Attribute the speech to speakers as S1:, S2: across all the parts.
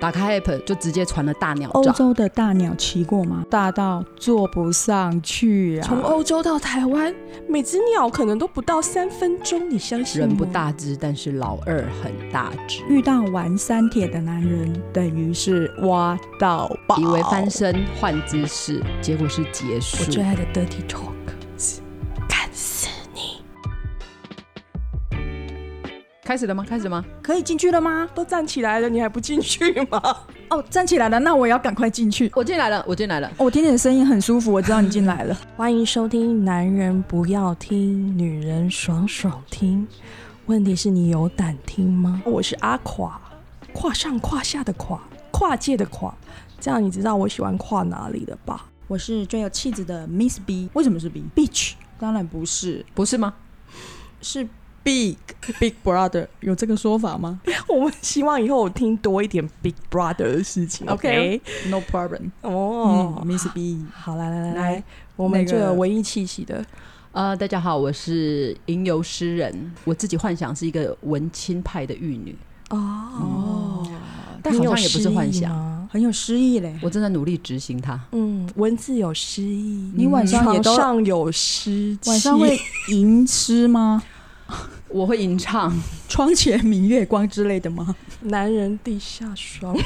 S1: 打开 app 就直接传了大鸟
S2: 欧
S1: 照。
S2: 洲的大鸟骑过吗？大到坐不上去啊！
S3: 从欧洲到台湾，每只鸟可能都不到三分钟，你相信吗？
S1: 人不大只，但是老二很大只，
S2: 遇到玩山铁的男人，等于是挖到宝。
S1: 以为翻身换姿势，结果是结
S3: 我
S1: 束。
S3: 最爱的 dirty talk 是干死你！
S1: 开始了吗？开始了吗？
S2: 可以进去了吗？
S3: 都站起来了，你还不进去吗？
S2: 哦，站起来了，那我也要赶快进去。
S1: 我进来了，我进来了。
S2: 哦我听你的声音很舒服，我知道你进来了。
S3: 欢迎收听《男人不要听，女人爽爽听》。问题是你有胆听吗？我是阿垮，跨上跨下的跨，跨界的跨。这样你知道我喜欢跨哪里了吧？
S2: 我是最有气质的 Miss B，为什么是 B？Beach，当然不是，
S1: 不是吗？
S2: 是 Big Big Brother，有这个说法吗
S3: 我们希望以后我听多一点 Big Brother 的事情。
S2: OK？No problem，
S3: 哦、
S2: 嗯，Miss B，
S3: 好，来来来
S2: 来
S3: 来，我们
S2: 那
S3: 这
S2: 个
S3: 个文艺气息的，
S1: 呃，大家好，我是吟游诗人，我自己幻想是一个文青派的玉女，
S3: 哦，
S1: 但好像也不是幻想，
S3: 想。
S2: 很有诗意嘞。
S1: 我正在努力执行它。
S3: 嗯，文字有诗意，
S2: 你晚上嗯也
S3: 床
S2: 都
S3: 上有诗 气，
S2: 晚上会吟诗吗？
S1: 我会吟唱，
S2: 窗前明月光之类的吗？
S3: 男人地下霜，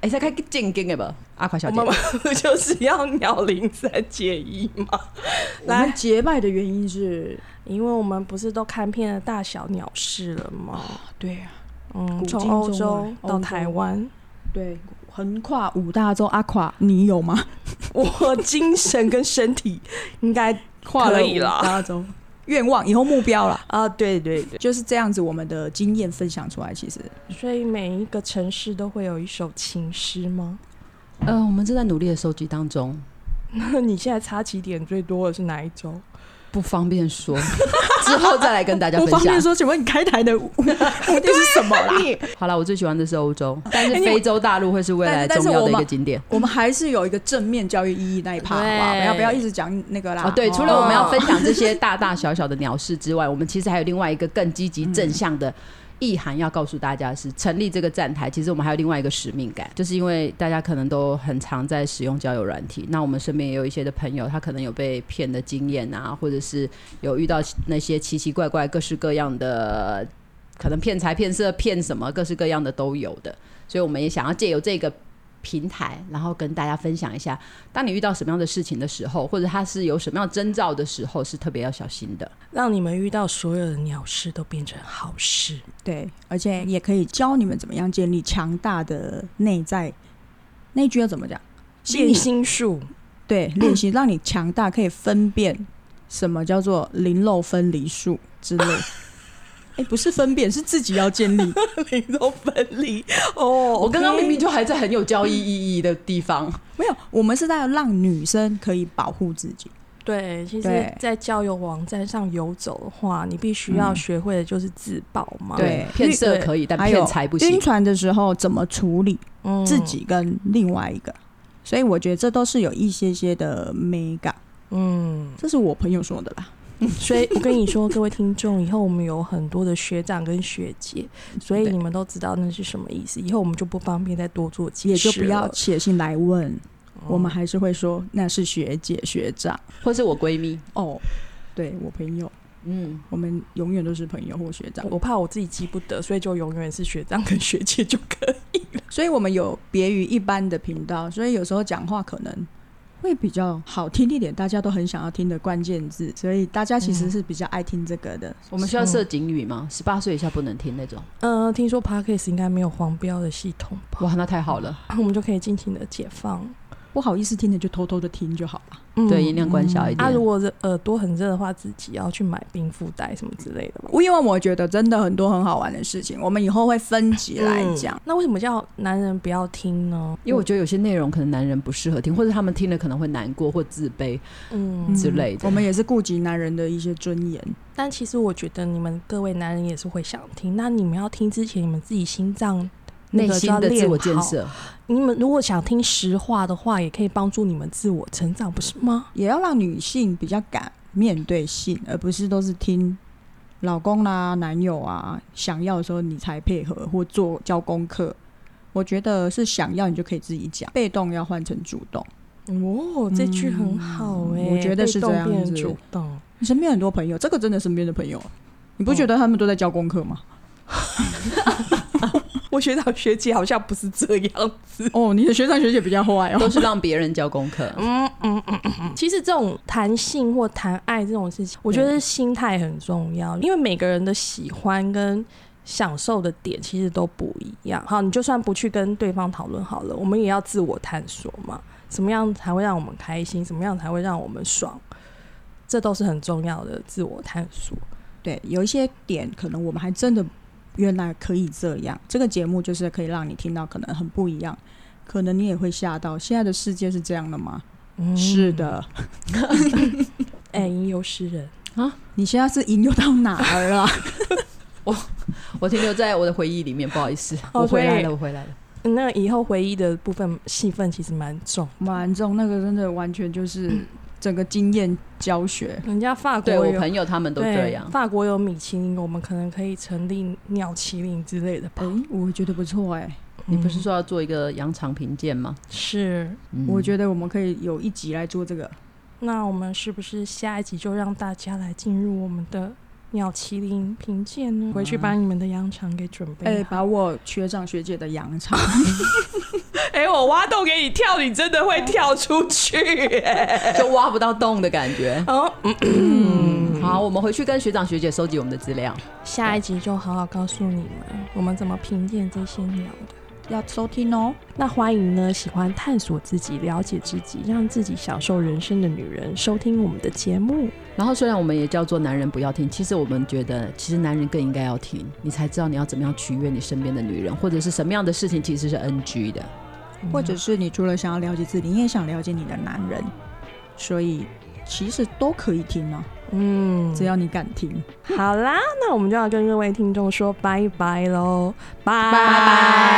S1: 哎、再开正经的吧，阿垮小姐
S3: 我。们不就是要鸟零三解一吗？
S2: 我们结拜的原因是，
S3: 因为我们不是都看遍了大小鸟事了吗？
S2: 对啊，
S3: 嗯
S2: 古，今中
S3: 从欧
S2: 外
S3: 洲
S2: 欧
S3: 到
S2: 洲
S3: 台湾，
S2: 对，横跨五大洲，阿垮，你有吗？
S3: 我精神跟身体应该
S2: 跨了
S3: 可以
S2: 五
S3: 啦
S2: 大洲，愿望以后目标啦，
S3: 啊，对对 对，
S2: 就是这样子，我们的经验分享出来，其实
S3: 所以每一个城市都会有一首情诗吗？
S1: 呃，我们正在努力的收集当中，
S3: 那你现在差几点最多的是哪一周？
S1: 不方便说，之后再来跟大家
S2: 不
S1: 分
S2: 方便
S1: 享。
S2: 说，请问你开台的目 的是什么 啦？
S1: 好了，我最喜欢的是欧洲，但是非洲大陆会是未来
S2: 但
S1: 重
S2: 是
S1: 要的一
S2: 我
S1: 个
S2: 们
S1: 景点。
S2: 我们还是有一个正面教育意义那一趴，好不好？
S1: 对
S2: 不要不要一直讲那个啦。
S1: 哦，对，除了我们要分
S2: 哦
S1: 享这些大大小小的鸟事之外，我们其实还有另外一个更积极正向的。意涵要告诉大家是成立这个站台，其实我们还有另外一个使命感，就是因为大家可能都很常在使用交友软体，那我们身边也有一些的朋友，他可能有被骗的经验啊，或者是有遇到那些奇奇怪怪、各式各样的，可能骗财骗色、骗什么，各式各样的都有的，所以我们也想要借由这个平台，然后跟大家分享一下当你遇到什么样的事情的时候，或者它是有什么样的征兆的时候，是特别要小心的。
S3: 让你们遇到所有的鸟事都变成好事。
S2: 对，而且也可以教你们怎么样建立强大的内在。那一句要怎么讲？心
S3: 变
S2: 理
S3: 心术，
S2: 对练 习，让你强大，可以分辨什么叫做零肉分离术之 类。哎，不是分辨，是自己要建立。
S3: 零肉分离哦。
S1: 我刚刚
S3: OK
S1: 明明就还在很有交易意义的地方，
S2: 没有，我们是在让女生可以保护自己。
S3: 对，嗯其实
S2: 对，
S3: 在交友网站上游走的话，你必须要学会的就是自保嘛。
S2: 对
S1: 骗色可以，但骗财不
S2: 晕
S3: 哎
S1: 行。
S2: 船的时候怎么处理
S3: 嗯
S2: 自，己跟另外一个，所以我觉得这都是有一些些的美感。
S3: 嗯，
S2: 这是我朋友说的啦。
S3: 所以我跟你说，各位听众，以后我们有很多的学长跟学姐，所以
S2: 对
S3: 你们都知道那是什么意思。以后我们就不方便再多做解
S2: 也
S3: 释
S2: 就
S3: 了，
S2: 不要写信来问，
S3: 嗯
S2: 我们还是会说那是学姐学长
S1: 或是我闺蜜，
S2: 哦。对我朋友，
S1: 嗯，
S2: 我们永远都是朋友或学长，
S3: 我怕我自己记不得，所以就永远是学长跟学姐就 可以。
S2: 所以我们有别于一般的频道，所以有时候讲话可能会比较好听一点，大家都很想要听的关键字，所以大家其实是比较爱听这个的。
S1: 我们需要设警语吗？十八岁以下不能听那种。
S3: 嗯、听说 Parkes 应该没有黄标的系统吧？
S1: 哇，那太好了，
S3: 我们就可以尽情的解放。
S2: 不好意思听的就偷偷的听就好了。
S3: 嗯
S1: 对，音量关小一
S3: 啊，如
S1: 点。
S3: 果热耳朵很热的话，自己要去买冰敷袋什么之类的吧。
S2: 因为我觉得真的很多很好玩的事情，我们以后会分级来讲。
S3: 那为什么叫男人不要听呢？
S1: 因为我觉得有些内容可能男人不适合听，或者他们听了可能会难过或自卑。
S3: 嗯，
S1: 之类的
S2: 我们也是顾及男人的一些尊严。
S3: 但其实我觉得你们各位男人也是会想听。那你们要听之前，你们自己心脏那
S1: 内
S3: 个就
S1: 心
S3: 要
S1: 的自我
S3: 练
S1: 建
S3: 好。
S1: 设，
S3: 你们如果想听实话的话，也可以帮助你们自我成长，不是吗？
S2: 也要让女性比较敢面对性，而不是都是听啊老公啦、男友啊想要的时候你才配合或做交功课，我觉得是想要你就可以自己讲，被动要换成主动。
S3: 哦，这句很好哎、
S2: 我觉得是
S3: 被动
S2: 这样
S3: 变
S2: 子
S3: 主动，
S2: 你身边很多朋友，这个真的身边的朋友，你不
S3: 哦
S2: 觉得他们都在教功课吗？
S3: 我学长学姐好像不是这样子。
S2: 哦，你的学长学姐比较坏
S1: 都
S2: 哦。
S1: 是让别人教功课。
S3: 嗯嗯嗯嗯嗯，其实这种谈性或谈爱这种事情，我觉得心态很重要，因为每个人的喜欢跟享受的点其实都不一样。好，你就算不去跟对方讨论好了，我们也要自我探索嘛，怎么样才会让我们开心，怎么样才会让我们爽，这都是很重要的自我探索。
S2: 对，有一些点可能我们还真的原来可以这样。这个节目就是可以让你听到可能很不一样，可能你也会吓到，现在的世界是这样的吗？
S3: 嗯
S2: 是，的，
S3: 哎，吟游诗人。
S2: 你现在是引诱到哪儿了？
S1: 我停留在我的回忆里面，不好意思，
S3: 哦
S1: 我回来
S3: 所
S1: 了，
S3: 以
S1: 我回来了。
S3: 那以后回忆的部分戏份其实蛮重，
S2: 蛮重，那个真的完全就是整个经验教学。
S3: 人家法国
S1: 对我
S3: 有
S1: 朋友他们都
S3: 对
S1: 这样，
S3: 法国有米其林，我们可能可以成立鸟麒麟之类的吧
S2: 哎、？我觉得不错哎、
S1: 你不是说要做一个扬长评鉴吗？
S3: 嗯是？
S2: 我
S1: 得
S2: 觉得我们可以有一集来做这个。
S3: 那我们是不是下一集就让大家来进入我们的鸟麒麟评鉴呢？回去把你们的羊肠给准
S2: 哎、
S3: 备好。
S2: 把我学长学姐的扬场，
S3: 哎、我挖洞给你跳，你真的会跳出去、哎
S1: 哎就挖不到洞的感觉。
S3: 哦，嗯
S1: 嗯，好，我们回去跟学长学姐收集我们的资料。
S3: 下一集就好好告诉你们，我们怎么评鉴这些鸟的。
S2: 要收听哦。
S3: 那欢迎呢，喜欢探索自己、了解自己、让自己享受人生的女人，收听我们的节目。
S1: 然后虽然我们也叫做男人不要听，其实我们觉得，其实男人更应该要听，你才知道你要怎么样取悦你身边的女人，或者是什么样的事情其实是 NG 的。
S2: 或者是你除了想要了解自己，你也想了解你的男
S3: 嗯
S2: 人，所以其实都可以听啊，
S3: 嗯，
S2: 只要你敢听。
S3: 好啦，那我们就要跟各位听众说拜拜喽，拜
S2: 拜
S1: 哎